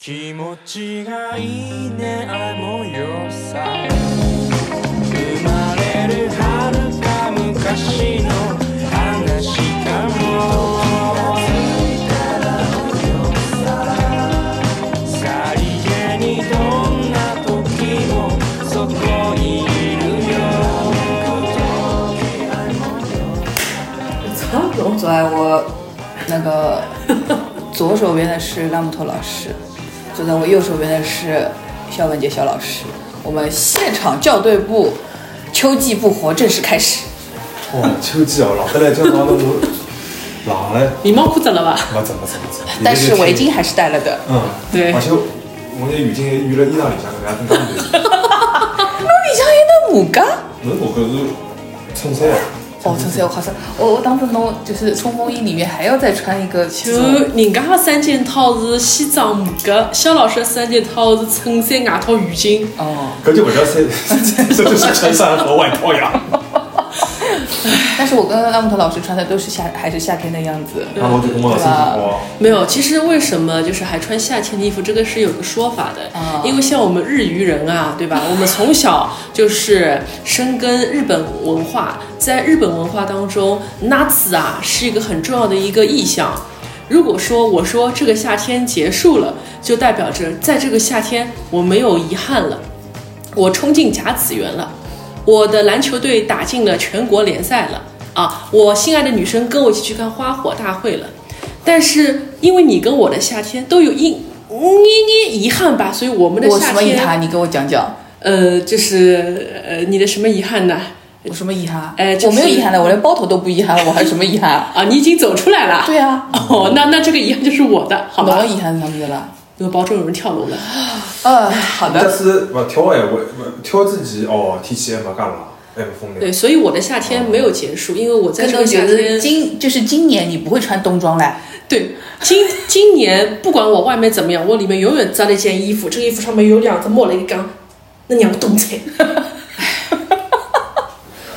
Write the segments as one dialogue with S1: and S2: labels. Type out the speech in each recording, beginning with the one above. S1: 気持ちがいいねあの夜さ生まれる遥か昔の話かもさりげにどんな時もそこにいる
S2: 我懂。
S3: 坐在我那 个左手边的是拉姆托老师，坐在我右手边的是肖文杰肖老师。我们现场校对部秋季不活正式开始。
S4: 哇，秋季哦，冷得来，今朝头 我冷嘞，
S2: 礼貌裤子了吧？
S4: 没怎么怎么怎么。
S3: 但是围巾还是戴了的。
S4: 嗯，
S2: 对
S4: 而且我那浴巾还预了衣裳里向，搿能介更加短。
S3: 侬里向有 那五个？
S4: 侬我搿是衬衫啊，
S3: 哦，陈帅，我好像我我当时侬就是冲锋衣里面还要再穿一个
S2: 就
S3: 西 装。
S2: 人家的三件套是西装、马甲，肖老师的三件套是衬衫、外套、浴巾。
S3: 哦，
S4: 搿就勿叫衫， 啊这就是衬衫和外套 呀。
S3: 但是我跟拉姆特老师穿的都是夏，还是夏天的样子。
S4: 然后我就跟我老师说，
S2: 没有，其实为什么就是还穿夏天的衣服，这个是有个说法的，
S3: 啊
S2: 因为像我们日语人啊，对吧？我们从小就是深耕日本文化，在日本文化当中，natsu 啊是一个很重要的一个意象。如果说我说这个夏天结束了，就代表着在这个夏天我没有遗憾了，我冲进甲子园了，我的篮球队打进了全国联赛了啊，我心爱的女生跟我一起去看花火大会了。但是因为你跟我的夏天都有一捏捏遗憾吧，所以我们的
S3: 我
S2: 夏
S3: 什么遗
S2: 天，
S3: 憾？你给我讲讲。
S2: 呃，就是呃，你的什么遗憾呢？
S3: 我什么遗憾？
S2: 哎就是
S3: 我没有遗憾的，我连包头都不遗憾了，我还有什么遗憾？
S2: 啊，你已经走出来了。
S3: 对啊，
S2: 哦，那那这个遗憾就是我的，好
S3: 侬
S2: 吧
S3: 的？遗憾是啥么子啦？
S2: 因为保证有人跳楼了。
S3: 呃，好
S4: 但
S3: 的。
S4: 是勿挑闲话，勿挑之前哦，天气还没介冷，还哎不风
S2: 对，
S4: 凉。
S2: 所以我的夏天没有结束，因为我在
S3: 跟
S2: 这
S3: 侬
S2: 个夏
S3: 就是
S2: 天，
S3: 今就是今年你不会穿冬装嘞，
S2: 对今今年不管我外面怎么样，我里面永远扎了一件衣服，这个衣服上面有两只墨雷缸，那娘个冻惨。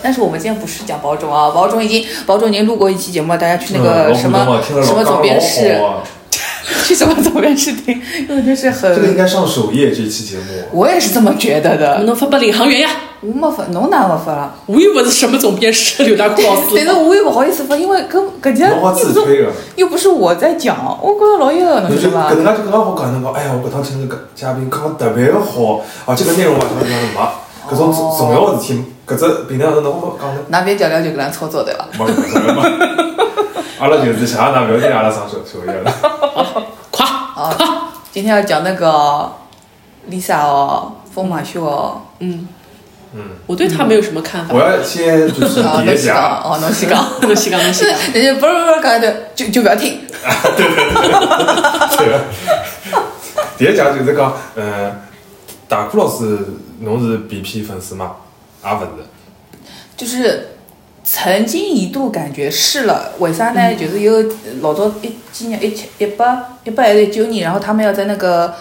S3: 但是我们今天不是讲保种啊，保种已经保种已经录过一期节目了，大家去那
S4: 嗯
S3: 个
S4: 老
S3: 什
S4: 古董
S3: 么
S4: 啊听了
S3: 什么
S4: 老
S3: 左边是
S4: 刚刚好啊
S3: 去什么左边是听，因为就是
S4: 这个应
S3: 很，
S4: 该上首页这一期节目。
S3: 我也是这么觉得的。
S2: 侬发拨领航员呀，
S3: 我没分，侬哪没分了？
S2: 我又不是什么总编室刘大库老师。
S3: 但是我也不好意思分，因为跟搿家
S4: 侬好自
S3: 又不是
S4: 推个，
S3: 又不是我在讲，我觉着老有的，侬
S4: 侬
S3: 知
S4: 就
S3: 道吧
S4: 搿？能介就搿能好讲，侬讲哎呀，我搿趟请个嘉宾讲得特别好，而且搿内容嘛，就是讲没搿种重重要的事体，搿只平台上头侬好讲
S3: 那边讲了就搿能操作对伐？
S4: 没没没没。阿拉就是想阿拉勿要再阿拉上首首页了。
S2: 夸夸，
S3: 啊， 今天要讲那个 Lisa 哦，疯马秀哦，
S2: 我对他没有什么看
S4: 我
S2: 法。
S4: 要先就是
S3: 啊，
S4: 叠
S3: 侬去讲，
S4: 加，
S3: 哦，侬去讲。
S2: 东西讲 东西
S3: 是
S2: 讲，，
S3: 人家不是不是，刚才对，就就不要听。
S4: 对个。第一讲就是讲，嗯，大库老师，侬是 BP 粉丝吗？也勿是。
S3: 就是曾经一度感觉是了，为啥呢？就是有老早一几年一七一八一八还是一九年，然后他们要在那个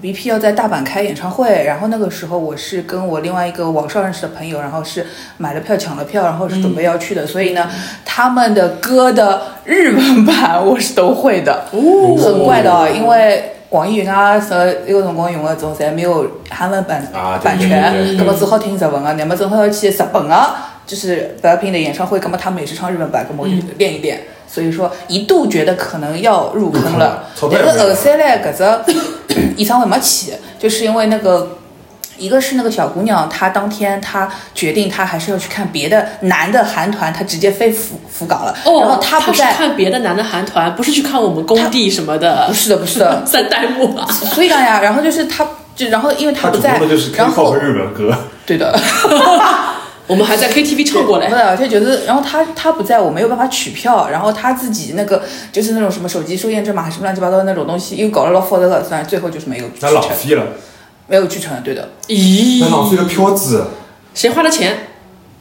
S3: BP 要在大阪开演唱会，然后那个时候我是跟我另外一个网上认识的朋友，然后是买了票抢了票，然后是准备要去的，所以
S4: 嗯
S3: 呢，他们的歌的日文版我是都会 的，
S2: 哦
S3: 很怪的哦，因为。网易云啊，什么那个辰光用的总侪没有韩文版
S4: 啊对
S3: 版
S4: 对
S3: 权
S4: 对对，
S3: 那么只好听日文啊个，那么正好要去日本个，就是 BLACKPINK 的演唱会，那么他们也是唱日本版，那么我
S4: 嗯
S3: 就练一练。所以说一度觉得可能要入坑了，
S4: 入坑
S3: 但
S4: 了钞票也
S3: 是
S4: 没有
S3: 后三来搿只演唱会没去，就是因为那个。一个是那个小姑娘，她当天她决定她还是要去看别的男的韩团，她直接飞福福冈了。
S2: 哦，
S3: 然后她
S2: 他
S3: 不
S2: 是
S3: 在，
S2: 看别的男的韩团，不是去看我们工地什么的，
S3: 不，是的，不是的
S2: 三代目啊。
S3: 所以讲呀，然后就是她，就然后因为她
S4: 他
S3: 不
S4: 主
S3: 在
S4: 攻的就是，
S3: 然
S4: K-pop
S3: 后
S4: 日文歌。
S3: 对的，
S2: 我们还在 KTV 唱过嘞
S3: 不。是，就觉得，然后他他不在我没有办法取票，然后他自己那个就是那种什么手机收验证码还是什么乱七八糟的那种东西，又搞了老复杂了，算最后就是没有去
S4: 那浪
S3: 成，
S4: 费了，
S3: 没有去成，对的。
S4: 那浪费
S2: 咦，
S4: 了票子，
S2: 谁花的钱？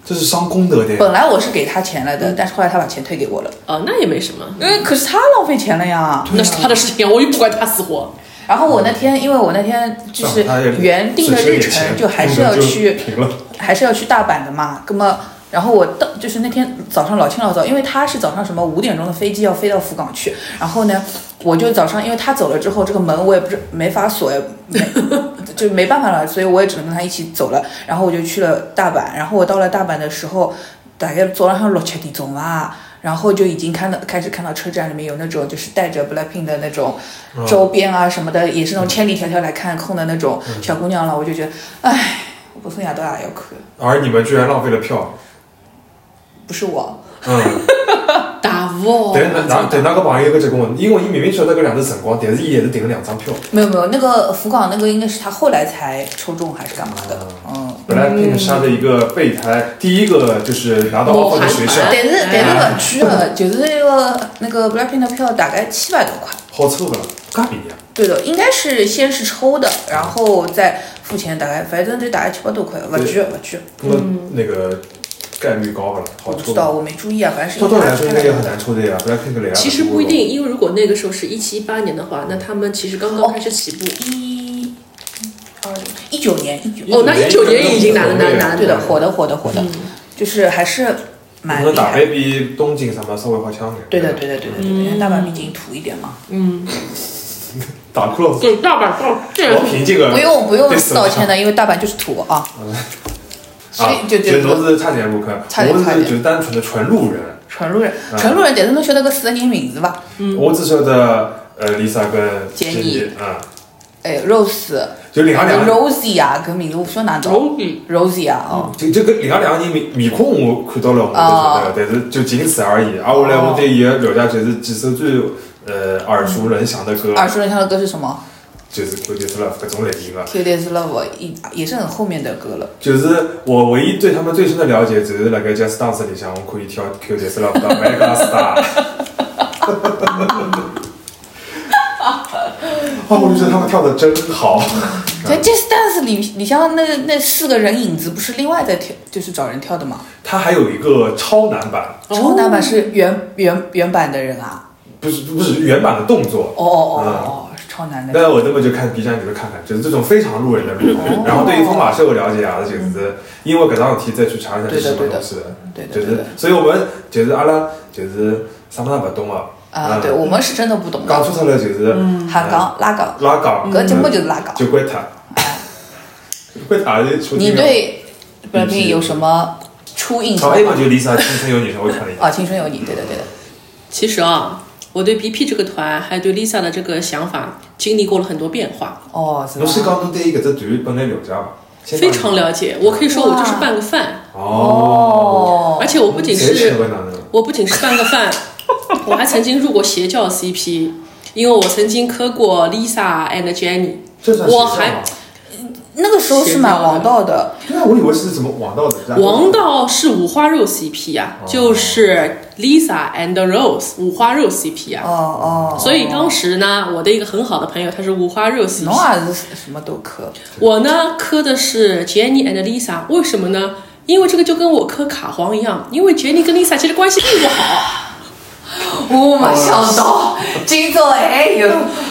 S4: 这是伤功德的。
S3: 本来我是给他钱来
S4: 嗯
S3: 的，但是后来他把钱退给我了，
S2: 哦，那也没什么，
S3: 因为可是他浪费钱了呀。
S2: 那是他的事情，我又不管他死活。
S3: 然后我那天，因为我那天就是
S4: 让他也
S3: 原定的
S4: 损失
S3: 日
S4: 点钱嗯
S3: 程，就还是要
S4: 那就
S3: 去，
S4: 平了。
S3: 还是要去大阪的嘛。那么然后我到就是那天早上老清老早，因为他是早上什么五点钟的飞机要飞到福冈去，然后呢，我就早上因为他走了之后，这个门我也不是没法锁，也没 就没办法了，所以我也只能跟他一起走了。然后我就去了大阪，然后我到了大阪的时候，大概早上六七点钟吧。然后就已经看到开始看到车站里面有那种就是带着 BLACKPINK 的那种周边啊什么的，也是那种千里迢迢来看空的那种小姑娘了，我就觉得，唉，我不送亚多亚也要看，
S4: 而你们居然浪费了票，
S3: 不是我。
S4: 嗯，
S2: 打哦，
S4: 对，那那对那个朋友搿结棍，因为伊明明晓得搿两只辰光，但是伊还是订了两张票，
S3: 没有没有，那个福冈那个应该是他后来才抽中还是干嘛的，嗯。
S4: 本来拼杀的一个备胎，第一个就是拿到 offer 的学校，
S3: 但是但
S2: 哎
S3: 那个区了，就是那个那个 Blackpink 的票大概七百多块。
S4: 好抽勿啦，介便宜啊！
S3: 对的，应该是先是抽的，然后再付钱，大概反正就大概七百多块，不贵不贵。
S4: 那么那个概率高勿啦，
S3: 我嗯不
S4: 好哦抽
S3: 知
S4: 勿
S3: 道，
S4: 啦？
S3: 我没注意啊，反正是
S4: 照
S3: 一
S4: 道理
S3: 家
S4: 来说应该
S3: 开
S4: 也很
S3: 的。
S4: 难抽的呀，不要看个来啊。
S2: 其实不一定，，因为如果那个时候是一七一八年的话，那他们其实刚刚开始起步。
S3: 一、二、一九年，一九
S2: 哦，那一九年已经拿了嗯拿拿
S3: 对的，火的火的火的，就是还是蛮
S4: 可
S3: 厉
S4: 能大
S3: 害
S4: 阪比东京啥么稍微好抢点。
S3: 对的，对的，对的，对的，因为大阪毕竟土一点嘛。
S4: 打哭了。
S2: 对，大阪到这
S4: 我凭这个
S3: 不用不用
S4: 对死
S3: 道歉
S4: 的。
S3: 的，因为大阪就是土 啊，所
S4: 啊
S3: 以，就
S4: 所以
S3: 觉
S4: 侬
S3: 得
S4: 是差点入坑，
S3: 差点
S4: 我
S3: 差
S4: 是
S3: 点
S4: 就是单纯的纯路人，
S3: 纯路人，
S4: 啊
S3: 纯路人，但是侬晓得搿四个人名字伐？
S4: 我只晓得呃 Lisa 跟
S2: 杰尼
S4: 尼，嗯，
S3: 哎，Rose，
S4: 就另外两个，
S3: Rosie 啊，搿名字我勿晓得哪种
S2: 总比
S3: ，Rosie 啊，哦，
S4: 就就搿另外两个人面面孔我看到了，我
S3: 哦
S4: 晓得，但是就仅此而已。啊，后来我对伊的了解就是几首最呃耳熟能详的歌，
S3: 嗯耳熟能详的歌是什么
S4: 就是《Good Love》搿种类型的。
S3: ？Q Days Love 也也是很后面的歌了，
S4: 就是我唯一对他们最深的了解，只是辣盖 Just Dance 里向，我可以跳 Q 杰斯拉到 Mega Star。啊，我就觉得他们跳的真好。嗯
S3: 在 Just Dance 里里向那那四个人影子不是另外在跳，就是找人跳的嘛？
S4: 他还有一个超男版，
S3: 超男版是原原原版的人啊？
S4: 不是不是原版的动作。
S3: 哦哦哦哦，是超男的人。
S4: 嗯那我那么就看 B 站，你就看看，就是这种非常路人的路。
S3: 哦
S4: 然后对于风马秀了解啊，就是因为搿桩事体再去查一下是什么东西的，
S3: 嗯对的
S4: 就
S3: 对
S4: 是
S3: 的
S4: 所以我们就是阿拉就是啥物事也勿懂啊。
S3: 啊，对嗯我们是真的不懂
S4: 讲
S3: 的，
S4: 出出来就是
S3: 韩港拉港，
S4: 拉杠，
S2: 嗯
S3: 搿节目就是拉港。
S4: 就怪他，怪他是出
S3: 你对
S4: 嗯
S3: BLACKPINK 有什么初印象
S4: 从 A 嘛
S3: 吗？
S4: 就 Lisa 青春有你稍微看了一
S3: 啊，
S4: 眼，
S3: 青春有你，对的对的。
S2: 其实啊，我对 BP 这个团，还有对 Lisa 的这个想法，经历过了很多变化，
S3: 哦，是
S4: 侬先
S3: 吧？
S4: 讲侬对伊搿只团本来了解伐？先讲
S2: 非常了解。我可以说我就是半个饭，
S4: 哦，
S3: 哎
S2: 而且我不仅
S4: 谁
S2: 是
S4: 喜欢哪能？
S2: 我不仅是半个饭，我还曾经入过邪教 CP，因为我曾经磕过 Lisa and Jenny。
S4: 这算
S2: 我
S4: 时尚吗？
S3: 那个时候是蛮王道的，
S4: 对啊，我以为是什么王道的。
S2: 王道是五花肉 CP 啊，就是 Lisa and Rose 五花肉 CP 啊。
S3: 哦哦。
S2: 所以当时呢，我的一个很好的朋友，他是五花肉 CP，
S3: 侬也是什么都磕，
S2: 我呢磕的是 Jenny and Lisa，为什么呢？因为这个就跟我磕卡皇一样，因为 Jenny 跟 Lisa 其实关系并不好。哦
S3: 我没想 到今朝还有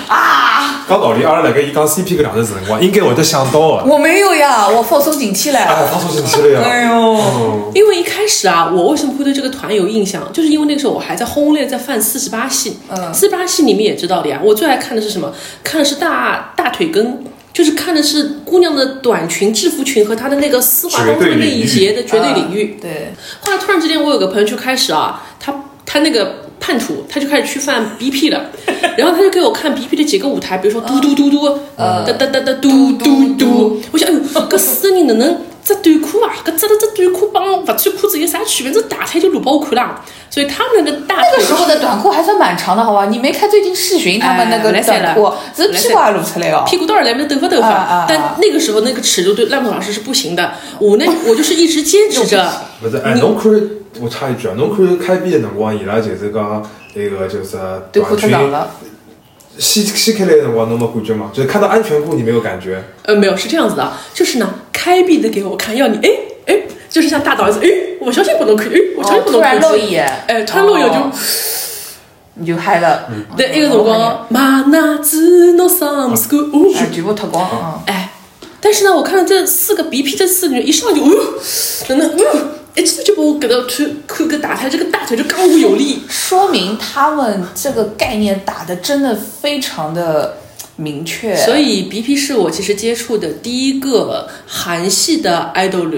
S3: 啊！
S4: 讲道理，阿拉辣盖伊讲 CP 搿两个字辰光，应该会得想到啊。
S3: 我没有呀，我放松警惕
S4: 哎，
S3: 了。
S4: 放松进去了呀。
S3: 哎呦，
S4: 哦，
S2: 因为一开始啊，我为什么会对这个团有印象，就是因为那个时候我还在轰烈在犯四十八戏。
S3: 嗯
S2: 四十八戏你们也知道的呀。我最爱看的是什么？看的是大大腿根。就是看的是姑娘的短裙、制服裙和她的那个丝袜当中的那一节的绝
S3: 嗯
S2: 对领域。
S3: 啊对，
S2: 后来突然之间，我有个朋友就开始啊，他他那个叛徒，他就开始去犯 BP 了， 然后他就给我看 BP 的几个舞台，比如说嘟嘟嘟嘟，
S3: 呃
S2: 哒哒哒哒嘟嘟嘟，我想哎呦，搿四个人哪能这短裤啊，搿只只短裤帮勿穿裤子有啥区别？这大腿就露拨我看啦，所以他们那个大
S3: 那
S2: 腿
S3: 个时候的短裤还算蛮长的，好吧？你没看最近世巡他们那个
S2: 哎来塞了
S3: 短裤，只是屁股也露出来哦。
S2: 屁股蛋儿来面抖发抖
S3: 啊啊
S2: 发，
S3: 啊
S2: 但那个时候那个尺度对赖木老师是不行的，我那我就是一直坚 持着。
S4: 勿是，哎，侬看，我插一句啊，侬看开闭的辰光，伊拉就是讲那个就是
S3: 短裤太
S4: 短裙
S3: 长了，
S4: 掀掀开来的辰光，侬没感觉吗？就是看到安全裤，你没有感觉。
S2: 呃，没有，是这样子的，就是呢，开闭的给我看，要你哎哎，就是像大导演，哎，我相信不能看，哎，我相信
S3: 哦
S2: 不
S3: 突
S2: 能看。
S3: 然露一眼，
S2: 哎，突然露一眼就
S3: 哦，你就嗨了。
S2: 对，那个辰
S3: 哦
S2: 光，马纳兹诺桑斯库，
S3: 哎，
S2: 哦，
S3: 全部脱光啊！
S2: 哎，但是呢，我看了这四个 BP 这四个女，一上就，哦，真的，哦，一记头就把我搿头看看搿大腿，这个大腿就刚武有力。
S3: 说明他们这个概念打的真的非常的明确。
S2: 所以 BP 是我其实接触的第一个韩系的 idol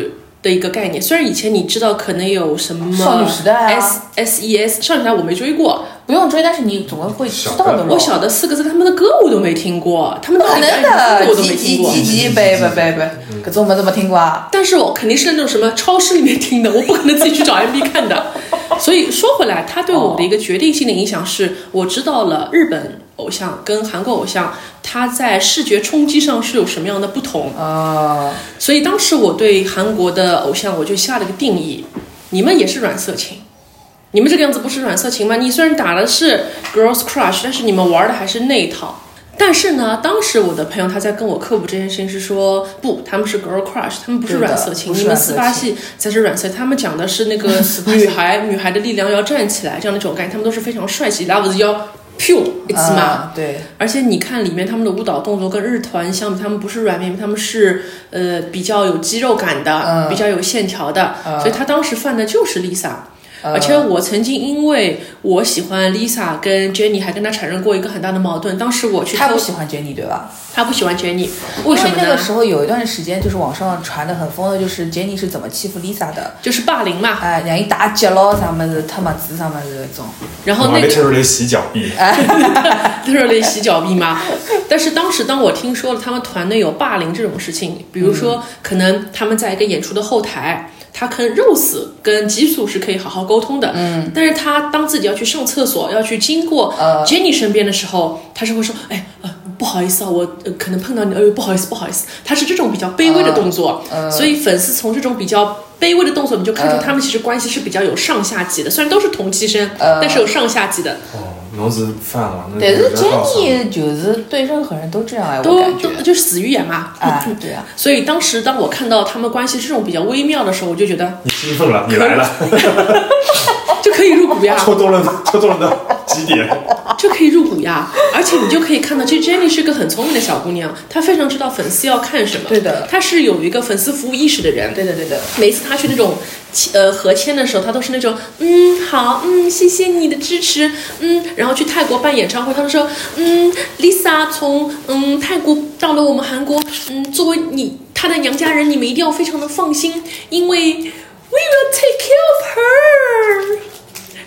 S2: 的一个概念。虽然以前你知道可能有什么
S3: 少女时代啊
S2: S S E S 少女时代我没追过，
S3: 不用追，但是你总归会知道的咯。
S2: 我晓得四个字，他们的歌我都没听过，他们
S3: 不
S2: 到
S3: 可
S2: 底
S3: 能
S2: 干什么
S3: 的，
S2: 歌我都
S3: 几
S2: 没听
S3: 几
S2: 过。嗯
S3: 几几呗呗呗呗，搿种没怎么听过啊。
S2: 但是我肯定是那种什么超市里面听的，我不可能自己 去找 MV 看的。所以说回来，他对我的一个决定性的影响是，我知道了日本偶像跟韩国偶像他在视觉冲击上是有什么样的不同。
S3: 啊，
S2: 所以当时我对韩国的偶像，我就下了个定义：你们也是软色情，你们这个样子不是软色情吗？你虽然打的是 girls crush，但是你们玩的还是那一套。但是呢，当时我的朋友他在跟我科普这件事情，是说不，他们是 girl crush，他们不是
S3: 对的
S2: 软色情，
S3: 不是
S2: 你们
S3: 软
S2: 四
S3: 色
S2: 八
S3: 情
S2: 系才是软色情，他们讲的是 那个女孩女孩的力量要站起来这样的一种概念，他们都是非常帅气，love 要 pure it's m
S3: 啊对，
S2: 而且你看里面他们的舞蹈动作跟日团相比，他们不是软绵绵，他们是呃比较有肌肉感的，
S3: 嗯
S2: 比较有线条的，
S3: 嗯
S2: 所以他当时犯的就是 Lisa。
S3: 嗯
S2: 而且我曾经因为我喜欢 Lisa 跟 Jenny，还跟她产生过一个很大的矛盾。当时我去
S3: 他
S2: 偷
S3: 不，喜欢 Jenny 对吧？
S2: 她不喜欢 Jenny，为什
S3: 因
S2: 么
S3: 为那个
S2: 呢？
S3: 时候有一段时间，就是网上传的很疯的，就是 Jenny 是怎么欺负 Lisa 的，
S2: 就是霸凌嘛。
S3: 哎，让伊打脚咯啥么子，脱么子啥么子那种。
S2: 然后
S4: 妈
S2: 那
S4: 的
S2: 个哎
S4: 就是来洗脚臂，
S2: 热泪洗脚臂吗？但是当时当我听说了他们团内有霸凌这种事情，比如说可能他们在一个演出的后台。他跟 Rose 跟激素是可以好好沟通的，嗯，但是他当自己要去上厕所，要去经过
S3: 呃
S2: Jenny 身边的时候，他是会说，哎，呃，不好意思啊，我、呃、可能碰到你，哎呦，不好意思，不好意思，他是这种比较卑微的动作，所以粉丝从这种比较卑微的动作，你就看出他们其实关系是比较有上下级的，虽然都是同期生，但是有上下级的，
S4: 哦，侬是犯了，侬
S3: 但
S4: 是
S3: 是
S4: 人家告诉你
S3: Jenny 就是对任何人都这样哎，我
S2: 都
S3: 感觉
S2: 都。就是死鱼眼嘛，
S3: 啊，对啊，
S2: 所以当时当我看到他们关系是这种比较微妙的时候，我就 觉得
S4: 你兴奋了，你来了，
S2: 就可以入股呀，
S4: 戳中了，戳中了的几点？
S2: 就可以入股呀。而且你就可以看到，这 Jenny 是个很聪明的小姑娘，她非常知道粉丝要看什么。
S3: 对的
S2: 她是有一个粉丝服务意识的人。
S3: 对的对的，
S2: 每次她去那种呃合签的时候，她都是那种嗯好嗯谢谢你的支持嗯，然后去泰国办演唱会，她就说嗯 Lisa 从嗯泰国到了我们韩国，嗯作为你她的娘家人，你们一定要非常的放心，因为 We will take care of her。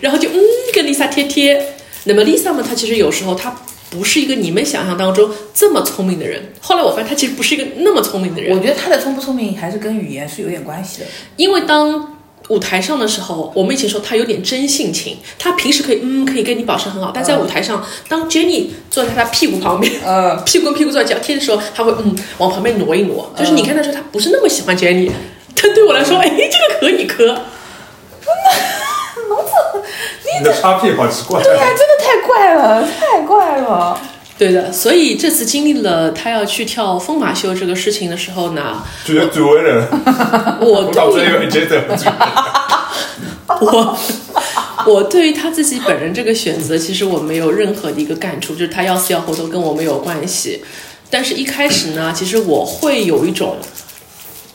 S2: 然后就嗯跟 Lisa 贴贴。那么 Lisa 呢，她其实有时候她不是一个你们想象当中这么聪明的人。后来我发现她其实不是一个那么聪明的
S3: 我
S2: 人，
S3: 觉得他的聪不聪明还是跟语言是有点关系的。
S2: 因为当舞台上的时候，我们以前说她有点真性情，她平时可以嗯可以跟你保持很好，但在舞台上，当 Jenny 坐在她屁股旁边。
S3: 呃，
S2: 屁股跟屁股坐在聊天的时候，她会嗯往旁边挪一挪，就是你看她说她不是那么喜欢 Jenny，但对我来说，哎，这个可以磕。
S4: 你的叉 P 好奇怪，
S3: 对呀、真的太怪了，太怪了。
S2: 对的，所以这次经历了她要去跳疯马秀这个事情的时候呢，
S4: 觉得最为人，
S2: 我
S4: 我脑子里
S2: 对于
S4: 有觉 得最
S2: 我， 我对于他自己本人这个选择，其实我没有任何的一个感触，就是他要死要活都跟我没有关系。但是一开始呢，其实我会有一种，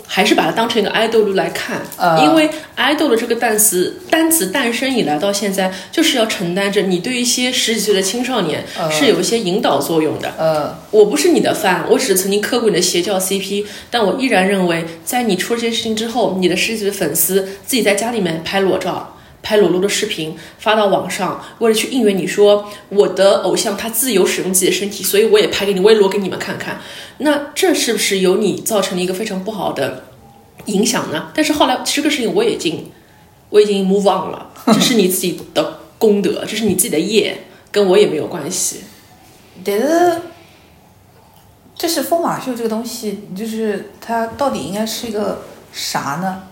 S2: 还是把它当成一个 idol 来看，
S3: 呃
S2: 因为 idol 的这个单词单词诞生以来到现在，就是要承担着你对一些十几岁的青少年
S3: 呃
S2: 是有一些引导作用的。
S3: 呃，
S2: 我不是你的饭，我只是曾经磕过你的邪教 CP，但我依然认为，在你出了这件事情之后，你的十几的粉丝自己在家里面拍裸照。拍裸露的视频发到网上，为了去应援你说我的偶像他自由使用自己的身体，所以我也拍给你，我也裸给你们看看。那这是不是由你造成了一个非常不好的影响呢？但是后来这个事情我已经我已经 move on 了，这是你自己的功德，这是你自己的业，跟我也没有关系。
S3: 但是这是疯马秀这个东西，就是它到底应该是一个啥呢？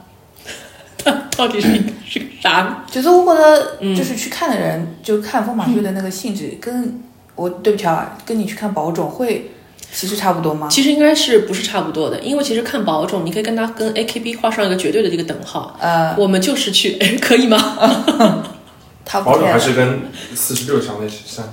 S2: 到底是是个啥呢？
S3: 就是我觉得，就是去看的人，就看疯马秀的那个性质，跟我对不起啊，跟你去看保种会其实差不多吗？
S2: 其实应该是不是差不多的，因为其实看保种，你可以跟他跟 AKB 画上一个绝对的这个等号。
S3: 呃，
S2: 我们就是去， 可以吗？
S3: 他不
S4: 保准
S3: 太
S4: 还是跟四十六强的山，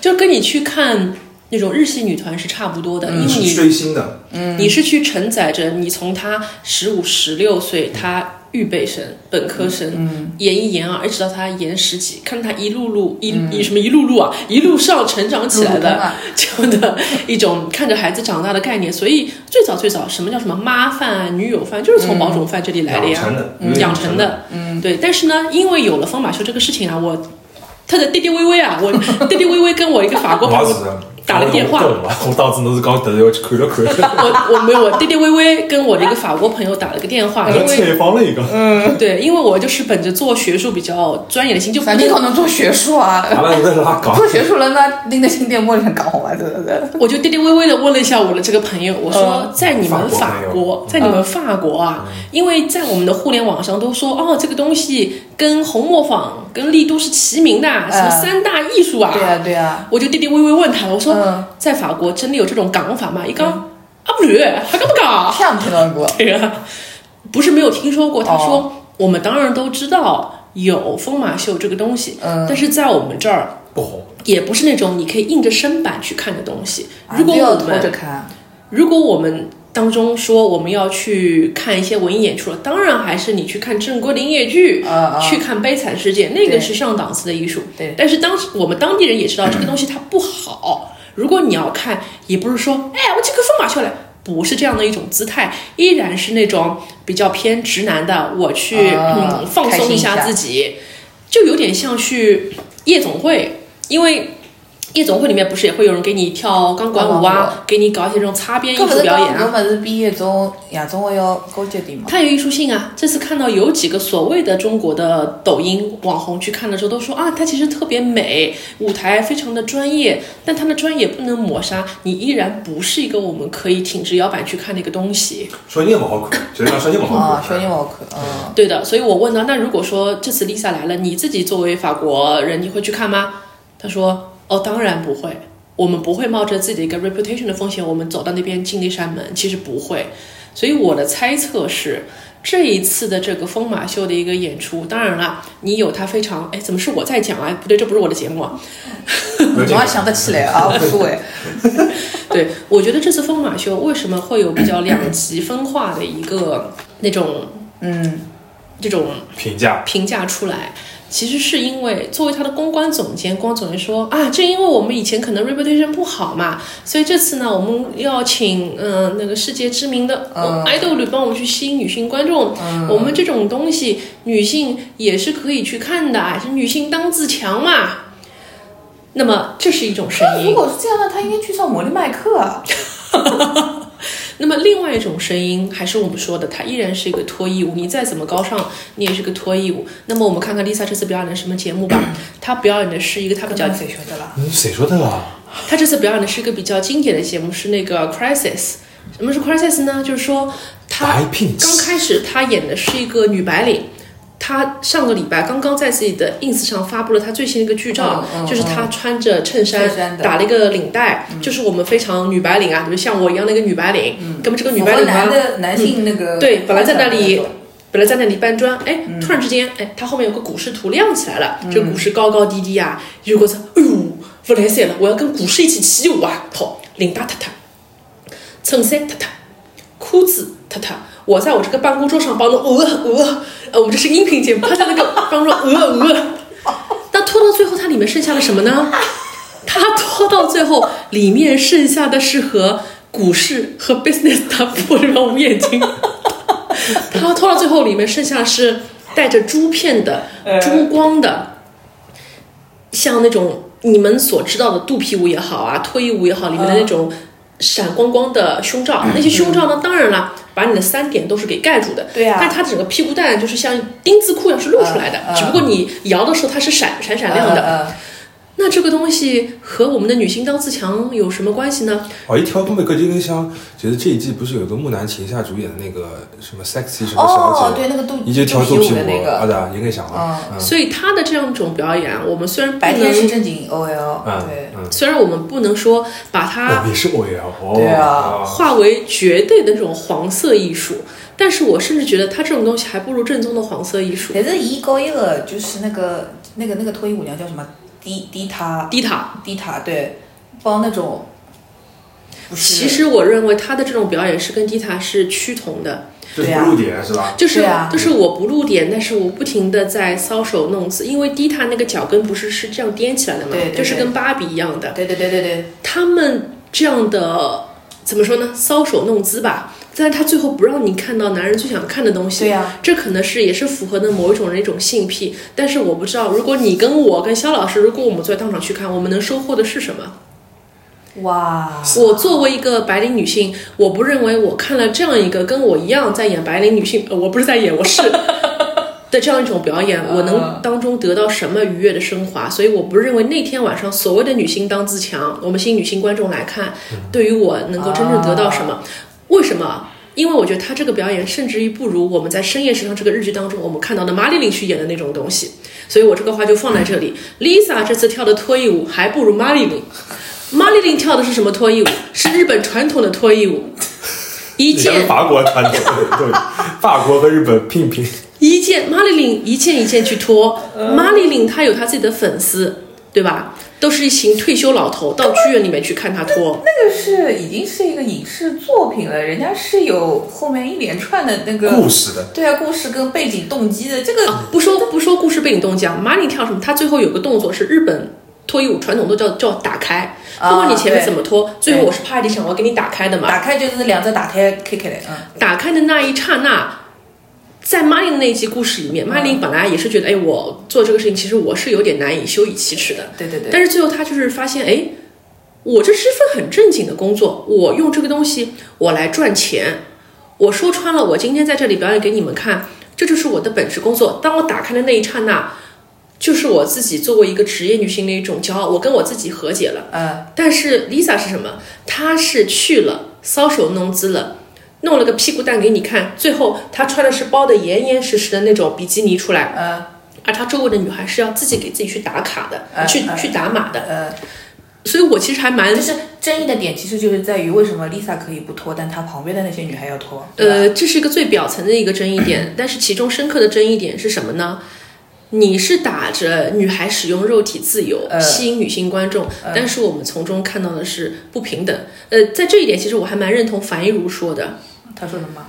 S2: 就跟你去看那种日系女团是差不多
S3: 嗯
S2: 的，因为
S4: 是
S2: 你
S4: 追星的，
S2: 你是去承载着你从他十五、十六岁，他预备生、本科生、
S3: 嗯
S2: 研一、研二，一直到他研十几，看他一路路一、一什么一路路啊，一路上成长起来
S3: 嗯路路通
S2: 的
S3: 啊，
S2: 这样的一种看着孩子长大的概念。所以最早最早，什么叫什么妈饭啊、女友饭，就是从保种饭这里来的呀，
S4: 嗯养成的嗯
S2: 养成的。嗯，对。但是呢，因为有了方马秀这个事情啊，我。他的弟弟微微啊，我 弟弟微微跟我一个法国朋
S4: 我
S2: 友
S4: 是
S2: 打了电话
S4: 我懂了我当时侬是讲突然要去看了看，
S2: 我我没有，我弟弟微微跟我的一个法国朋友打了个电话，因为
S4: 采访了一个，
S2: 嗯对，因为我就是本着做学术比较专业的心，就不
S3: 反正可能做学术
S4: 阿
S3: 啊，
S4: 拉是在拉讲
S3: 做，学术人家拎着新电波里向讲好伐？对对对。
S2: 我就颠颠微微的问了一下我的这个朋友，我说
S3: 嗯
S2: 在你们
S4: 法
S2: 法
S4: 国朋友
S2: 国，在你们法国啊，因为在我们的互联网上都说哦，这个东西跟红磨坊、跟丽都是齐名的，什么三大艺术啊，
S3: 嗯对啊，对啊，
S2: 我就颠颠微微问他，我说
S3: 嗯
S2: 在法国真的有这种讲法吗？一讲啊不吕，还敢不敢？
S3: 听也没听到过。
S2: 对呀，不是没有听说过。他说、
S3: 哦
S2: 我们当然都知道有疯马秀这个东西，
S3: 嗯
S2: 但是在我们这儿
S4: 不红，
S2: 也不是那种你可以硬着身板去看的东西。
S3: 啊
S2: 如果
S3: 不要
S2: 我
S3: 拖着
S2: 们
S3: 看，
S2: 如果我们当中说我们要去看一些文艺演出了，当然还是你去看正规的音乐剧，
S3: 啊啊
S2: 去看《悲惨世界》，那个
S3: 对
S2: 是上档次的艺术。
S3: 对
S2: 但是当时我们当地人也知道这个东西它不好。 如果你要看，也不是说，哎，我这个疯马秀来，不是这样的一种姿态，依然是那种比较偏直男的，我去、
S3: 啊
S2: 嗯放松一
S3: 开心一下
S2: 自己，就有点像去夜总会，因为。夜总会里面不是也会有人给你跳钢管舞
S3: 钢管
S2: 啊，给你搞一些这种擦边艺
S3: 搿
S2: 术
S3: 是
S2: 表
S3: 讲
S2: 演啊
S3: 搿？勿是比一种夜总会要高级 点嘛？
S2: 它有艺术性啊！这次看到有几个所谓的中国的抖音网红去看的时候，都说啊，它其实特别美，舞台非常的专业，但它的专业不能抹杀，你依然不是一个我们可以挺直腰板去看的一个东西。
S4: 小人也勿好看，就是讲小人勿好
S2: 哦
S3: 啊，
S4: 看，
S3: 小人勿好看， 嗯，
S2: 对的，所以我问他，那如果说这次 Lisa 来了，你自己作为法国人，你会去看吗？他说，哦，当然不会，我们不会冒着自己的一个 reputation 的风险，我们走到那边进那扇门，其实不会。所以我的猜测是，这一次的这个疯马秀的一个演出，当然啦，你有他非常，哎，怎么是我在讲啊？不对，这不是我的节目啊。
S4: 没劲
S3: 侬也想得起来啊，无 所谓。
S2: 对，我觉得这次疯马秀为什么会有比较两极分化的一个那种，
S3: 嗯，
S2: 这种
S4: 评价，
S2: 评价出来，其实是因为作为他的公关总监，公关总监说啊，正因为我们以前可能 reputation 不好嘛，所以这次呢，我们要请嗯、呃那个世界知名的哦
S3: 嗯
S2: idol 帮我们去吸引女性观众。我们这种东西，女性也是可以去看的，是女性当自强嘛。那么这是一种声
S3: 那
S2: 音
S3: 如。果是这样的，他应该去上魔力麦克啊。
S2: 那么另外一种声音，还是我们说的，它依然是一个脱衣舞。你再怎么高尚，你也是个脱衣舞。那么我们看看 Lisa 这次表演的什么节目吧。
S3: 嗯
S2: 她表演的是一个她比较
S3: 搿，谁晓得啦？
S4: 嗯，谁说的啦？
S2: 她这次表演的是一个比较经典的节目，是那个 Crisis。什么是 Crisis 呢？就是说她
S4: 白聘
S2: 刚开始她演的是一个女白领。她上个礼拜刚刚在自己的 ins 上发布了她最新的一个剧照，
S3: 嗯嗯
S2: 就是她穿着衬衫
S3: 衬衫的嗯
S2: 打了一个领带，就是我们非常女白领啊，比如像我一样的一个女白领。那么这个女
S3: 符
S2: 白
S3: 合
S2: 领呢
S3: 男，的男性那个嗯
S2: 对本来在那里
S3: 那种嗯
S2: 本来在那里搬砖，哎，突然之间，哎，它后面有个股市图亮起来了，这个股市高高低低啊，如果是，哎呦，不来塞了，我要跟股市一起起舞啊，好，领带塌塌，衬衫塌塌，裤子塌塌，我在我这个办公桌上帮侬，呃呃，呃，我们这是音频节目，他在那个 办公桌，呃呃，那拖到最后，它里面剩下了什么 呢？它拖到最后，里面剩下的是和股市和 business 打破这个五眼睛。 它拖到最后，里面剩下是带着珠片的、
S3: 呃
S2: 珠光的，像那种你们所知道的肚皮舞也好啊、脱衣舞也好，里面的
S3: 嗯
S2: 那种闪光光的胸罩。那些胸罩呢，当然了，把你的三点都是给盖住的。
S3: 对啊
S2: 但它整个屁股蛋就是像丁字裤一样是露出来的，
S3: 嗯嗯
S2: 只不过你摇的时候它是闪闪闪亮的。
S3: 嗯嗯嗯
S2: 那这个东西和我们的女性当自强有什么关系呢？
S4: 哦，一跳东北歌就跟像，就是这一季不是有个木兰琴夏主演的那个什么 sexy 什么
S3: 哦
S4: 小，姐，
S3: 对，那个肚
S4: 伊就跳
S3: 肚
S4: 肚
S3: 皮
S4: 皮
S3: 舞的那
S4: 舞，啊
S3: 个，
S4: 对啊，应该想啊，嗯
S2: 所以她的这样一种表演啊，我们虽然不
S3: 白天是
S2: 能，
S3: 正经 OL，
S4: 嗯
S3: 对，
S4: 嗯，
S2: 虽然我们不能说把
S4: 哦
S2: 它
S4: 也是 OL，哦
S3: 对啊
S2: 化为绝对的那种黄色艺术，但是我甚至觉得它这种东西还不如正宗的黄色艺术。
S3: 但是伊搞一个就是那个那个那个脱衣舞娘叫什么？迪迪塔
S2: 迪塔，
S3: 迪塔对，帮那种不是
S2: 其实我认为他的这种表演是跟迪塔是趋同的，
S4: 这
S3: 对
S4: 不
S3: 啊
S4: 入点是吧？
S2: 就是、
S3: 对啊
S2: 就是我不露点，但是我不停的在搔首弄姿，因为迪塔那个脚跟不是是这样踮起来的嘛，
S3: 对对
S2: 就是
S3: 对
S2: 跟芭比一样的，
S3: 对对对对对，
S2: 他们这样的怎么说呢？搔首弄姿吧，但是他最后不让你看到男人最想看的东西。
S3: 对呀
S2: 这可能是也是符合的某一种人一种性癖，但是我不知道，如果你跟我跟肖老师，如果我们坐在当场去看，我们能收获的是什么？
S3: 哇，
S2: 我作为一个白领女性，我不认为我看了这样一个跟我一样在演白领女性，呃我不是在演，我是的这样一种表演，我能当中得到什么愉悦的升华？所以我不认为那天晚上所谓的女性当自强，我们新女性观众来看，对于我能够真正得到什么？为什么？因为我觉得他这个表演，甚至于不如我们在《深夜食堂》这个日剧当中我们看到的马丽琳去演的那种东西，所以我这个话就放在这里。Lisa 这次跳的脱衣舞还不如马丽琳，马丽琳跳的是什么脱衣舞？是日本传统的脱衣舞，一
S4: 你像
S2: 件
S4: 法 国传统，对，法国和日本拼拼，
S2: 一件马丽琳一件一件去脱。
S3: 嗯
S2: 马丽琳她有她自己的粉丝，对吧？都是一群退休老头到剧院里面去看她脱。
S3: 这个是已经是一个影视作品了，人家是有后面一连串的那个
S4: 故事的，
S3: 对啊，故事跟背景动机的这个，
S2: 不说不说故事背景动机啊，马里跳什么？他最后有个动作是日本脱衣舞传统都叫叫打开，
S3: 啊
S2: 不管你前面怎么脱，最后
S3: 对
S2: 我是趴在地上，我要给你打开的嘛。
S3: 打开就是两只打开 K K 的，嗯，
S2: 打开的那一刹那，在马里的那一集故事里面，马里本来也是觉得，哎，我做这个事情其实我是有点难以羞以启齿的，
S3: 对对对，
S2: 但是最后他就是发现，哎，我这是份很正经的工作，我用这个东西我来赚钱。我说穿了，我今天在这里表演给你们看，这就是我的本职工作。当我打开的那一刹那，就是我自己作为一个职业女性的一种骄傲，我跟我自己和解了。
S3: 嗯，
S2: 但是 Lisa 是什么？她是去了搔首弄姿了，弄了个屁股蛋给你看，最后她穿的是包的严严实实的那种比基尼出来，
S3: 嗯，
S2: 而她周围的女孩是要自己给自己去打卡的，
S3: 嗯
S2: 去
S3: 嗯
S2: 去打码的。
S3: 呃，
S2: 所以我其实还蛮
S3: 就是争议的点其实就是在于为什么 Lisa 可以不脱，但她旁边的那些女孩要脱，对吧，
S2: 呃，这是一个最表层的一个争议 点，但是其中深刻的争议点是什么呢？你是打着女孩使用肉体自由、
S3: 呃
S2: 吸引女性观众，但是我们从中看到的是不平等。呃，在这一点，其实我还蛮认同樊一茹说的：
S3: 她说什么？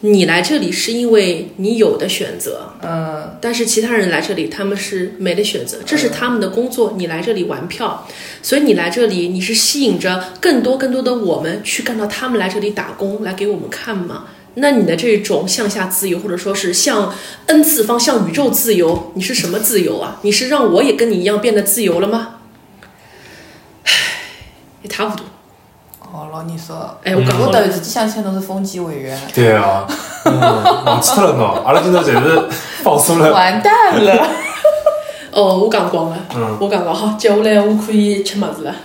S2: 你来这里是因为你有的选择，
S3: 呃，
S2: 但是其他人来这里，他们是没得选择，这是他们的工作。你来这里玩票，所以你来这里，你是吸引着更多更多的我们去干到他们来这里打工，来给我们看嘛？那你的这种向下自由，或者说是向 n 次方、向宇宙自由，你是什么自由啊？你是让我也跟你一样变得自由了吗？唉，一塌糊涂。
S3: 哦，老你说，
S2: 哎，我搞
S3: 我
S2: 不
S3: 到
S2: 懂。
S3: 底像现在都是风纪委员，
S4: 对啊，嗯，忘记了喏，阿拉今朝侪是放松了，
S3: 完蛋了，
S2: 哦，我讲光了，
S4: 嗯
S2: 我讲光好，接下来我可以吃么子了。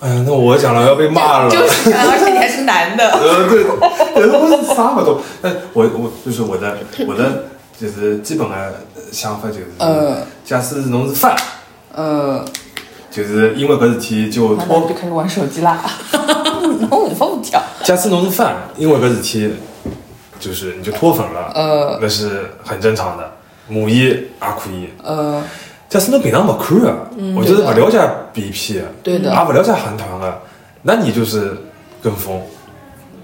S4: 哎呀，那我讲了要被骂了，
S3: 就是，啊而且你还是男的，
S4: 呃，对，呃，我是啥不懂，但我我就是我的我的就是基本的想法就是，
S3: 呃
S4: 假使侬是犯，
S3: 呃，
S4: 就是因为搿事体就
S3: 然后
S4: 脱
S3: 就开始玩手机啦，我无法无天，
S4: 假使侬是犯，因为搿事体，就是你就脱粉了，
S3: 呃
S4: 那是很正常的。母一也可以，
S3: 呃，
S4: 假使侬平常勿看个，或者是勿了解 BP 的，
S3: 对的
S4: 也勿了解韩团的，那你就是跟风，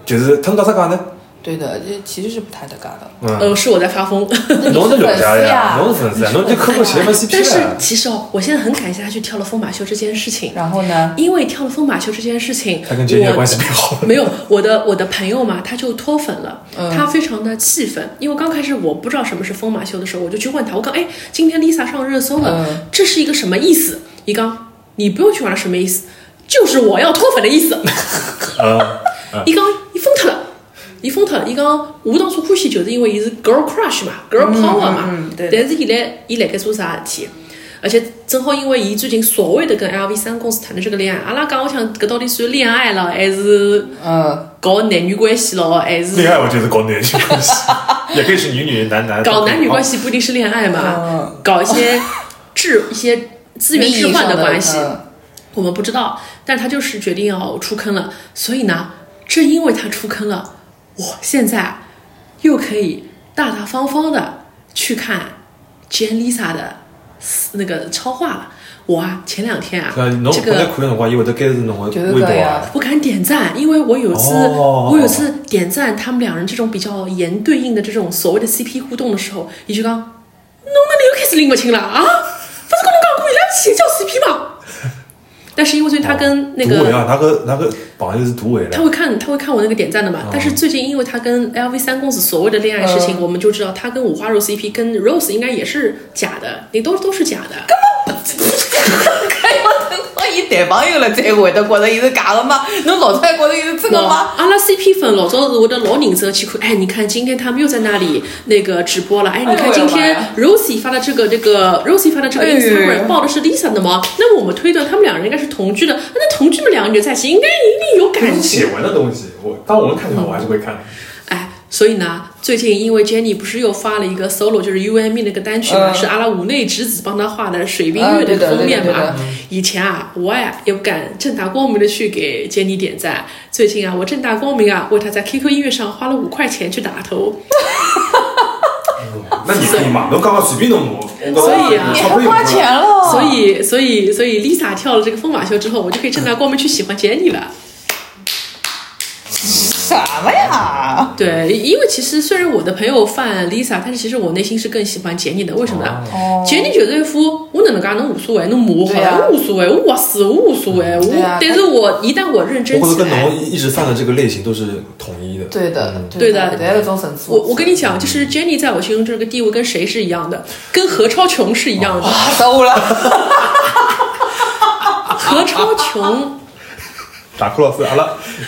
S4: 就是他们讲啥讲呢？
S3: 对的，这其实是不太搭嘎的，
S4: 嗯，
S2: 呃，是我在发疯。
S4: 侬是了解的呀，
S3: 你
S4: 侬
S3: 是
S4: 是粉丝呀，侬就看过前面啊 CP
S2: 但是
S4: 了。
S2: 其实哦，我现在很感谢他去跳了疯马秀这件事情，
S3: 然后呢，
S2: 因为跳了疯马秀这件事情，
S4: 他跟杰杰
S2: 我
S4: 关系变好了，
S2: 没有我的我的朋友嘛，他就脱粉了，
S3: 嗯
S2: 他非常的气愤，因为刚开始我不知道什么是疯马秀的时候，我就去问他，我讲哎，今天 Lisa 上热搜了，
S3: 嗯
S2: 这是一个什么意思？一刚，你不用去玩了，什么意思？就是我要脱粉的意 思。嗯
S4: 呃，
S2: 伊讲伊疯脱了，伊疯脱了。伊讲我当初欢喜就是因为伊是 girl crush 嘛，girl power 嘛。
S3: 嗯嗯嗯对的
S2: 但是伊来伊辣盖做啥事体？而且正好因为伊最近所谓的跟 LV 三公司谈的这个恋爱，阿拉讲我想搿到底算恋爱了，还是
S3: 呃，
S2: 搞男女关系了，还是
S4: 恋爱我觉得是搞男女关 系，也可以是女女男男。
S2: 搞男女关
S4: 系，
S2: 系不一定是恋爱嘛
S3: 嗯，
S2: 搞一些置一些资源置换的关系
S3: 利益，上的呃嗯
S2: 我们不知道。但是他就是决定要出坑了，所以呢，正因为他出坑了，我现在又可以大大方方的去看 Jen Lisa 的那个超话了。我啊前两天啊
S4: 对伐？侬
S2: 这
S4: 看来
S2: 个
S4: 看的辰光，伊会得监视侬个
S3: 就是
S4: 微
S3: 搿
S4: 博
S3: 样
S4: 啊。
S2: 不敢点赞，因为我有一次、
S4: 哦
S2: 我有一次点赞他们两人这种比较严对应的这种所谓的 CP 互动的时候，伊就讲，侬那里又开始拎不清了啊？不是跟侬讲过伊拉邪教 CP 吗？但是因为最近他跟那
S4: 杜伟
S2: 个。
S4: 啊，那个那个朋友是杜伟
S2: 他
S4: 了。
S2: 会看，他会看我那个点赞的嘛。但是最近因为他跟 LV 三公子所谓的恋爱事情，
S3: 嗯
S2: 我们就知道他跟五花肉 CP 跟 Rose 应该也是假的，你都都是假的。
S3: 哎要等到伊谈朋友了，才会得觉着伊是假的吗？侬老早还觉着伊是真的吗？
S2: 哇哦阿拉 CP 粉老早是会得老认真去看，哎，你看今天他们又在那里那个直播了，哎，你看今天
S3: 哎
S2: Rosie 发的这个这个 Rosie 发的这个
S3: 哎呦
S2: Instagram 报的是 Lisa 的吗？那么我们推断他们两人应该是同居的，那同居们两个人在一起应该一定有感
S4: 写
S2: 情，
S4: 文的东西，我当我们
S2: 嗯
S4: 看起来我还是会看的。
S2: 哎。所以呢，最近因为 Jenny 不是又发了一个 solo，就是 U M E 那个单曲嘛，
S3: 嗯
S2: 是阿拉五内直子帮他画的水冰
S3: 啊
S2: 月
S3: 对
S2: 的
S3: 的
S2: 封面
S3: 对的对
S2: 嘛
S3: 的。嗯
S2: 以前啊，我呀也不敢正大光明的去给杰尼点赞。最近啊，我正大光明啊，为他在 QQ 音乐上花了五块钱去打头。
S4: 那你可以嘛？侬刚刚随便弄我，我
S2: 所以啊
S4: 我
S3: 你
S4: 钞
S3: 还
S4: 票用
S3: 花
S4: 不
S3: 钱
S4: 了。
S3: 了，
S2: 所以，所以，所以 Lisa 跳了这个疯马秀之后，我就可以正大光明去喜欢杰尼了。
S3: 什么呀？
S2: 对，因为其实虽然我的朋友犯 Lisa，但是其实我内心是更喜欢杰尼的。为什么呢？
S3: 哦
S2: 杰尼就是一副我哪能介侬无所谓，侬骂我好
S3: 对啊
S2: 了，我无所谓，我活死我无所谓。
S3: 对
S2: 我
S3: 啊，
S2: 但是我一旦我认真
S4: 我觉
S2: 起
S4: 得跟
S2: 来，
S4: 侬一直犯的这个类型都是统一的。嗯
S3: 对的，
S2: 对的
S3: 侪有种层次。
S2: 我我跟你讲，就是 Jenny 在我心中这个地位跟谁是一样的？跟何超琼是一 样的。
S3: 打死我了，
S2: 何超琼，
S4: 打库老师，阿拉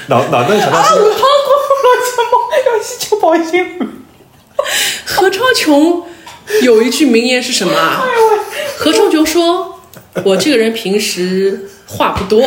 S4: 哪哪能想到
S2: 啊
S4: 是？
S3: 我光老节目要去吃保鲜盒。
S2: 何超琼有一句名言是什么啊？何超琼说：“我这个人平时话不多，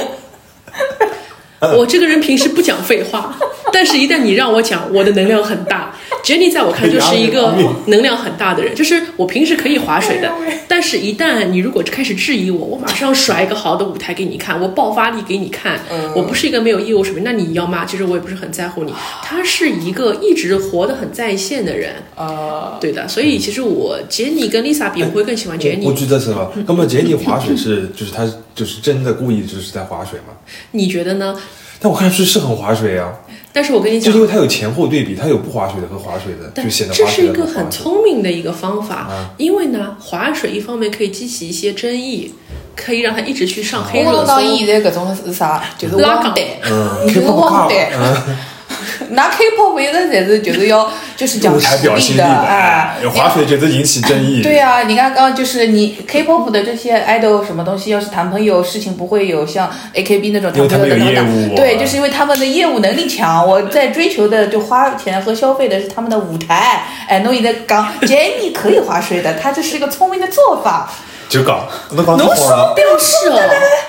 S2: 我这个人平时不讲废话，但是一旦你让我讲，我的能量很大。”Jenny 在我看就是一个能量很大的人，就是我平时可以划水的，但是一旦你如果开始质疑我，我马上甩一个好的舞台给你看，我爆发力给你看，我不是一个没有业务水平，那你要骂，其实我也不是很在乎你。他是一个一直活得很在线的人，
S3: 呃，
S2: 对的，所以其实我杰尼跟 Lisa 比，我会更喜欢杰
S4: 哎我我
S2: 尼。
S4: 觉得是吧？那么杰尼划水是，就是他就是真的故意就是在划水嘛？
S2: 你觉得呢？
S4: 但我看上去是很划水啊，
S2: 但是我跟你
S4: 就
S2: 讲
S4: 是因，为他有前后对比，他有不划水的和划水的，
S2: 但
S4: 就显得
S2: 这
S4: 划
S2: 是
S4: 水
S2: 一
S4: 的
S2: 个
S4: 和
S2: 很
S4: 划水。
S2: 聪明的一个方法，
S4: 啊
S2: 因为呢，划水一方面可以激起一些争议，可以让它一直去上黑
S3: 我
S2: 热
S3: 侬
S2: 搜
S3: 讲。伊现在搿种是啥？就是
S2: 拉
S3: 汪
S2: 杠
S3: 队，
S4: 嗯
S3: 就是
S4: ，K-pop
S3: 汪队
S4: club，。嗯，
S3: 拿 K-pop 一直侪是就是要就是讲
S4: 舞台表现力
S3: 的
S4: 的，
S3: 哎
S4: 哎，划水就是引起争议。
S3: 对呀、你刚刚就是你 K-pop 的这些 idol 什么东西，要是谈朋友，事情不会有像 AKB 那种
S4: 因为
S3: 谈
S4: 他
S3: 朋
S4: 们
S3: 友
S4: 有
S3: 的
S4: 业
S3: 等
S4: 务啊
S3: 等。对，就是因为他们的业务能力强，我在追求的就花钱和消费的是他们的舞台。哎，侬现在讲 Jennie 可以划水的，她这是一个聪明的做法。
S4: 就搞，那搞
S3: 侬
S4: 错了。
S2: 但是哦，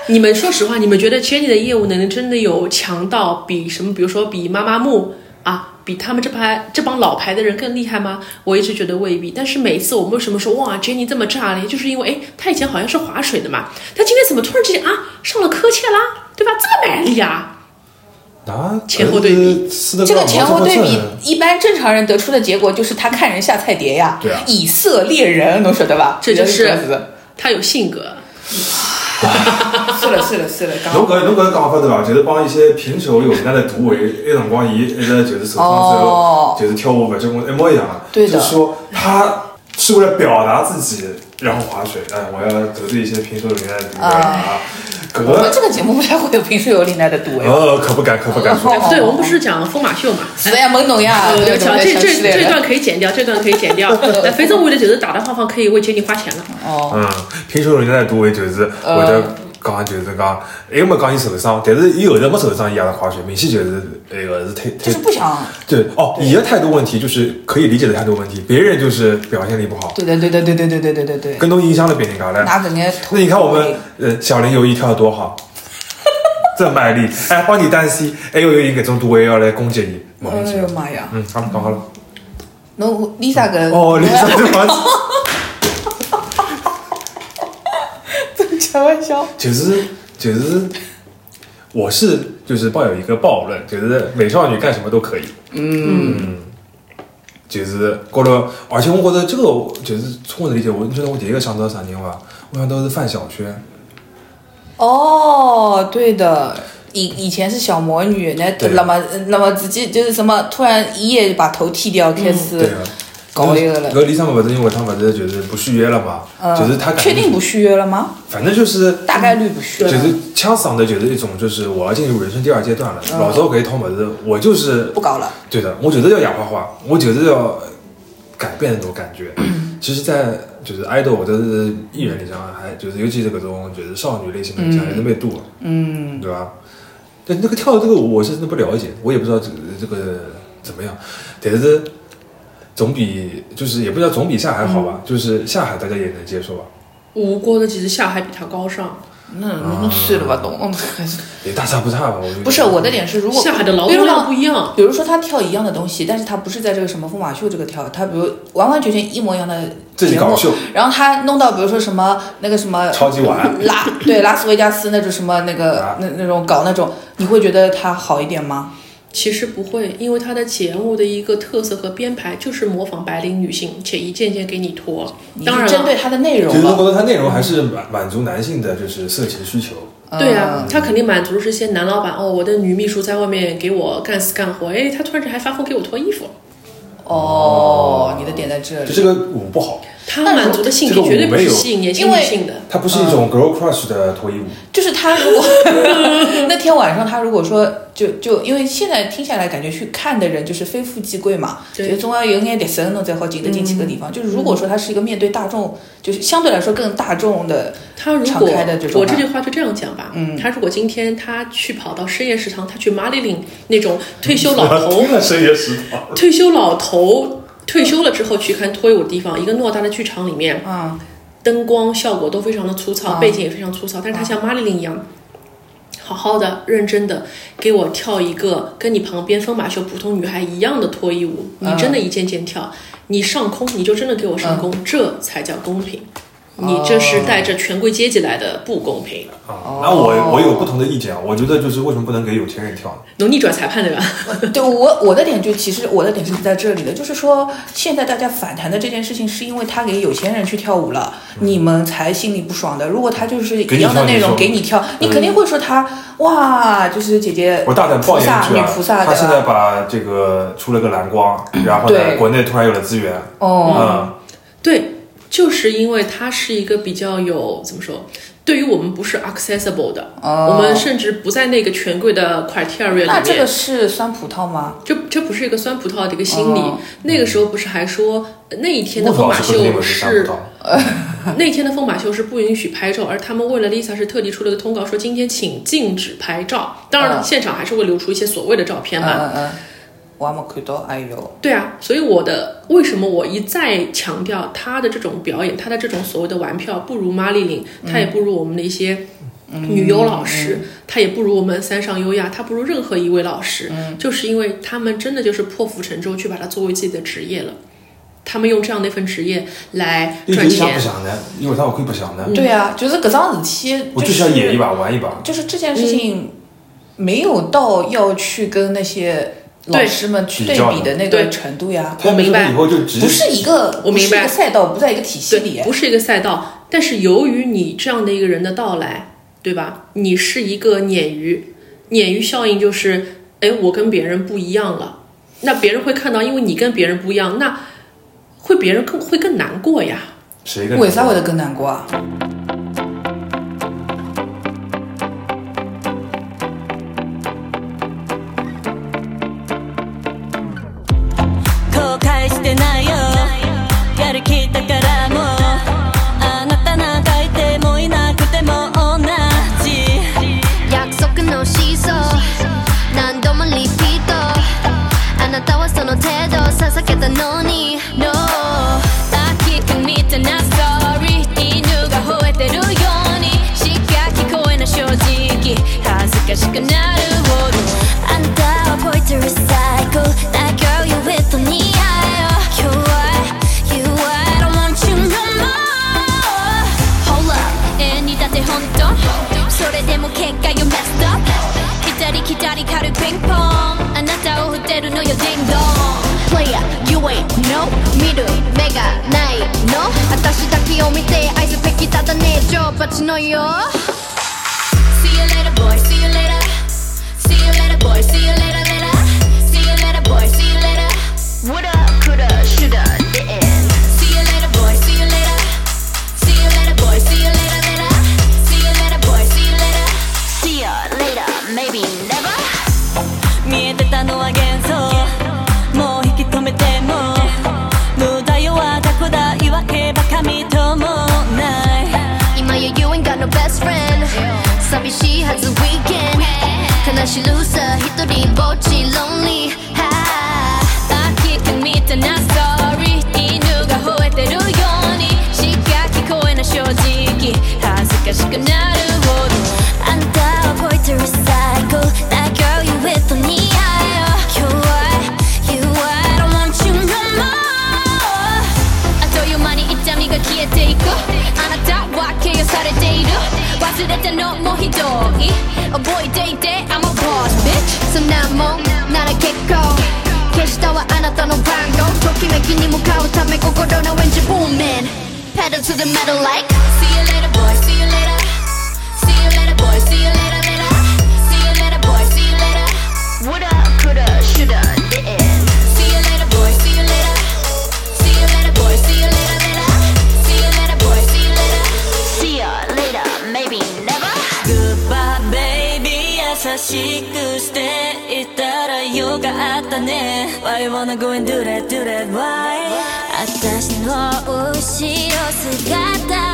S2: 你们说实话，你们觉得 Jenny 的业务能力真的有强到比什么，比如说比妈妈木啊，比他们这排这帮老牌的人更厉害吗？我一直觉得未必。但是每次我们为什么说哇 Jenny 这么炸裂，就是因为哎，她以前好像是划水的嘛，她今天怎么突然之间啊上了科切啦，对吧？这么卖力啊？
S4: 啊，
S2: 前后对比，
S3: 这个前后对比，一般正常人得出的结果就是他看人下菜碟呀，
S4: 对啊
S3: 以色列人，侬晓得吧？
S2: 这就
S3: 这
S2: 是
S3: 样子
S2: 她有性格。
S3: 是了是了是了，刚
S4: 侬搿侬搿讲法对伐？就是帮一些贫穷有钱的杜伟，那辰光伊一直就是受伤之后
S3: 哦，
S4: 就是跳舞勿结棍一模一样。
S3: 对的
S4: 就是说他是为了表达自己，然后划水。哎，我要得罪一些贫穷有钱的杜伟啊
S3: 哎，
S4: 搿
S3: 我们
S4: 个
S3: 这个节目不太会有平时有林奈的赌哎。
S4: 呃可不敢，可不敢说。
S3: 哦
S2: 对，我们不是讲疯马秀嘛？
S3: 实在懵懂呀，
S2: 呃，
S3: 这
S2: 这
S3: 种在
S2: 这
S3: 城市
S2: 这
S3: 里
S2: 这
S3: 人
S2: 段可以剪掉，这段可以剪 掉。那肥皂为了就是打打放放，可以为 Jenny 花钱了。
S3: 哦，
S4: 嗯，贫穷有钱的杜伟就是
S3: 呃
S4: 会得讲，就是讲，一个没讲伊受伤，但是伊后头没受伤，伊也是划水，明显就是那个是退
S3: 就
S4: 退
S3: 是不想。
S4: 对哦，你的态度问题就是可以理解的态度问题，别人就是表现力不好，
S3: 对的，对的，对的，对的，对的，对的。
S4: 跟东影响了别人家嘞。
S3: 拿整个头
S4: 那你看我们呃小林友谊跳的 多好，这卖力，哎，帮你担心，哎呦，有一个中途我也要来攻击你，莫
S3: 哎
S4: 名其妙
S3: 呦。妈呀！
S4: 嗯，好了，讲好了。
S3: 侬 Lisa 个
S4: 哦，你上 这房子
S3: 开玩笑，
S4: 就是就是，我是就是抱有一个暴论，就是美少女干什么都可以。嗯。就是觉着，而且我觉着这个就是从我的理解，我你晓得我第一个想到啥人伐？我想到是范晓萱。
S3: 哦，对的，以以前是小魔女，那
S4: 对啊
S3: 那么那么直接就是什么，突然一夜把头剃掉，开
S4: 嗯对
S3: 始
S4: 个。
S3: 搞一个了。嗯
S4: 搿李生勿是因为趟勿是就是不续约了嘛，就是他感觉
S3: 确定不续约了吗？
S4: 反正就是
S3: 大概率不续
S4: 就
S3: 约了，
S4: 是腔爽的，就是一种就是我要进入人生第二阶段了。
S3: 嗯
S4: 老早搿一套物事，我就是
S3: 不搞了。
S4: 对的，我就是要洋化化，我就是要改变那种 感觉。其实，在就是爱豆或者是艺人里向，还就是尤其是搿种就是少女类型的里向，还是蛮多的，嗯，对吧？但那个跳的这个我我是真的不了解，我也不知道这个这个怎么样，但是总比就是也不知道总比下海好
S3: 嗯
S4: 吧，就是下海大家也能接受吧。
S2: 我觉得其实下海比他高尚，
S3: 嗯，算了吧，懂。嗯还是
S4: 也大差不差吧，我觉得
S3: 不是我的点是，如果
S2: 下海的劳
S3: 比如
S2: 动量
S3: 说
S2: 不一样。
S3: 比如说他跳一样的东西，但是他不是在这个什么疯马秀这个跳，他比如完完全全一模一样的
S4: 自己
S3: 节
S4: 搞
S3: 目，
S4: 秀，
S3: 然后他弄到比如说什么那个什么
S4: 超级碗，
S3: 拉对拉斯维加斯那种什么那
S4: 啊
S3: 个那那种搞那种，你会觉得他好一点吗？
S2: 其实不会，因为他的节目的一个特色和编排就是模仿白领女性，且一件件给你脱。
S3: 你
S2: 当
S3: 是
S2: 然
S3: 针
S2: 了，
S3: 对他的内
S4: 就
S3: 容
S4: 是
S3: 了，
S4: 觉得它内容还是满满足男性的就是色情需求，
S3: 嗯
S2: 对啊，他肯定满足的是些男老板哦，我的女秘书在外面给我干死干活，哎，他突然间还发疯给我脱衣服，
S3: 嗯。哦，你的点在这
S4: 就
S3: 里。
S4: 这个舞不好，
S2: 他
S3: 那如
S2: 满足的性
S4: 这
S2: 别
S4: 个
S2: 绝对不
S4: 我没
S2: 是
S4: 有
S2: 吸引年轻
S3: 因
S2: 女
S3: 为
S2: 性的。
S4: 它不是一
S3: 嗯
S4: 种 girl crush 的脱衣舞，
S3: 就是他如果 那天晚上他如果说就就因为现在听下来感觉去看的人就是非富即贵嘛，
S2: 对嗯
S3: 就是总要有眼特色侬才好进得进去个地方。就是如果说他是一个面对大众，就是相对来说更大众的，
S2: 他如
S3: 敞
S2: 果
S3: 开的这种
S2: 我
S3: 吧
S2: 这句话就这样讲吧，嗯，他如果今天他去跑到深夜食堂，他去马里岭那种退休老 头
S4: 听，了深夜食堂，
S2: 退休老头退休了之后去看脱衣舞的地方，一个偌大的剧场里面，
S3: 嗯，
S2: 灯光效果都非常的粗糙，
S3: 啊
S2: 背景也非常粗糙，但是他像马里岭一样。好好的、认真的给我跳一个跟你旁边疯马秀普通女孩一样的脱衣舞，你真的一件件跳，你上空你就真的给我上空，这才叫公平，你这是带着权贵阶级来的不公平。
S4: 啊，那
S3: 哦
S4: 我我有不同的意见啊，我觉得就是为什么不能给有钱人跳呢？
S2: 能逆转裁判对吧？
S3: 对我我的点就其实我的点是在这里的，就是说现在大家反弹的这件事情是因为他给有钱人去跳舞了，你们才心里不爽的。如果他就是
S4: 嗯给
S3: 一
S4: 你
S3: 样的
S4: 跳你
S3: 内容
S4: 说嗯
S3: 给你跳，你肯定会说他哇，就是姐姐
S4: 我大胆
S3: 菩
S4: 爆言
S3: 萨
S4: 一句
S3: 女
S4: 啊
S3: 菩萨，的，
S4: 他现在把这个出了个蓝光，然后呢，
S3: 对
S4: 国内突然有了资源，
S3: 哦。
S4: 嗯，
S2: 对，就是因为它是一个比较有怎么说，对于我们不是 accessible 的，
S3: 哦
S2: 我们甚至不在那个权贵的 criteria 里面。
S3: 那这个是酸葡萄吗？
S2: 这这不是一个酸葡萄的一个心理。
S3: 哦
S2: 那个时候不是还说那一天的
S4: 孟
S2: 疯
S4: 老
S2: 马
S4: 师不是认
S2: 秀
S4: 为是三
S2: 是
S4: 不到，
S2: 那天的疯马秀是不允许拍照，而他们为了 Lisa 是特地出了个通告说今天请禁止拍照。当然了，
S3: 嗯
S2: 现场还是会流出一些所谓的照片
S3: 嗯
S2: 嘛。
S3: 嗯嗯，我还没看到，哎呦，
S2: 对啊，所以我的为什么我一再强调他的这种表演，他的这种所谓的玩票，不如马丽玲，他也不如我们的一些女优老师，他也不如我们三上优雅，他不如任何一位老师，就是因为他们真的就是破釜沉舟去把它作为自己的职业了，他们用这样的一份职业来
S4: 因为
S2: 赚
S4: 有啥
S2: 钱
S4: 不。想呢？因为啥我可以不想
S2: 嗯
S4: 呢？
S3: 对啊，就是搿桩事体，
S4: 我
S3: 就
S4: 就是要演一
S3: 嗯是
S4: 把玩一把，
S3: 就是这件
S2: 嗯
S3: 事情没有到要去跟那些老
S2: 对
S3: 师们去
S4: 比
S3: 对
S4: 较
S3: 比的那
S2: 对
S3: 个程度呀，
S4: 他们
S2: 明
S4: 说
S2: 白
S4: 以后就直接
S3: 不是一个，
S2: 我
S3: 不
S2: 明
S3: 是一
S2: 白
S3: 个赛道，不在一个体系里
S2: 对，。不是一个赛道。但是由于你这样的一个人的到来，对吧？你是一个鲶鱼，鲶鱼效应就是，哎，我跟别人不一样了。那别人会看到，因为你跟别人不一样，那会别人更会更难过呀。
S4: 谁跟
S3: 为啥会得更难过啊？
S5: 後悔してないよやる気だからもうあなたなんかいてもいなくても同じ
S6: 約束のシーソー何度もリピートあなたはその程度捧げたのに
S5: No 大きく見たなストーリー犬が吠えてるようにしか聞こえない正直恥ずかしくなるほどあなたはポイトリサイクル That girl you with the 似合えよ You are, you are I don't want you no more Hold up 縁にだって本当それでも結果よ messed up 左左軽いピンポンあなたを振ってるのよ Ding dong
S6: Player you ain't no 見る目がないの私だけを見て愛すべきだね女王蜂のよ
S5: 「 See you later, boy. See you later. See you later, boy. See you later, later. See you later, boy. See you later. Woulda, coulda, shoulda, didn't. See you later, boy. See you later. See you later, boy. See you later, later. See you later, boy. See you later. See you later. Maybe never. 見えてたのは幻想もう引き止めても無駄よは雑魚だ言い訳ばかみともない
S6: 今や you ain't got no best friend 寂しいはず weekend 悲しい loser 一人ぼっち lonely はあ
S5: さっき君みたなストーリー犬が吠えてるようにしか聞こえない正直恥ずかしくなるほど
S6: あんたを超えてリサイクル That girl you with お似合いよ今日は You
S5: I
S6: are
S5: don't want you no more あっという間に痛みが消えていくあなたは形容されている忘れたのもひどい覚えていて I'm a boss bitch
S6: そんなもんなら結構消したはあなたの番号ときめきに向かうため心のエンジンブーメン Pedal to the metal like
S5: See you later boy see you later See you later boy see you later later See you later boy see you later Woulda coulda shoulda didn't See you later boy see you later See you later boy see you later later See you later boy see you later See you later maybe never Goodbye baby 優しくしていたらよかったね Why you wanna go and do that do that why
S6: 私の後ろ姿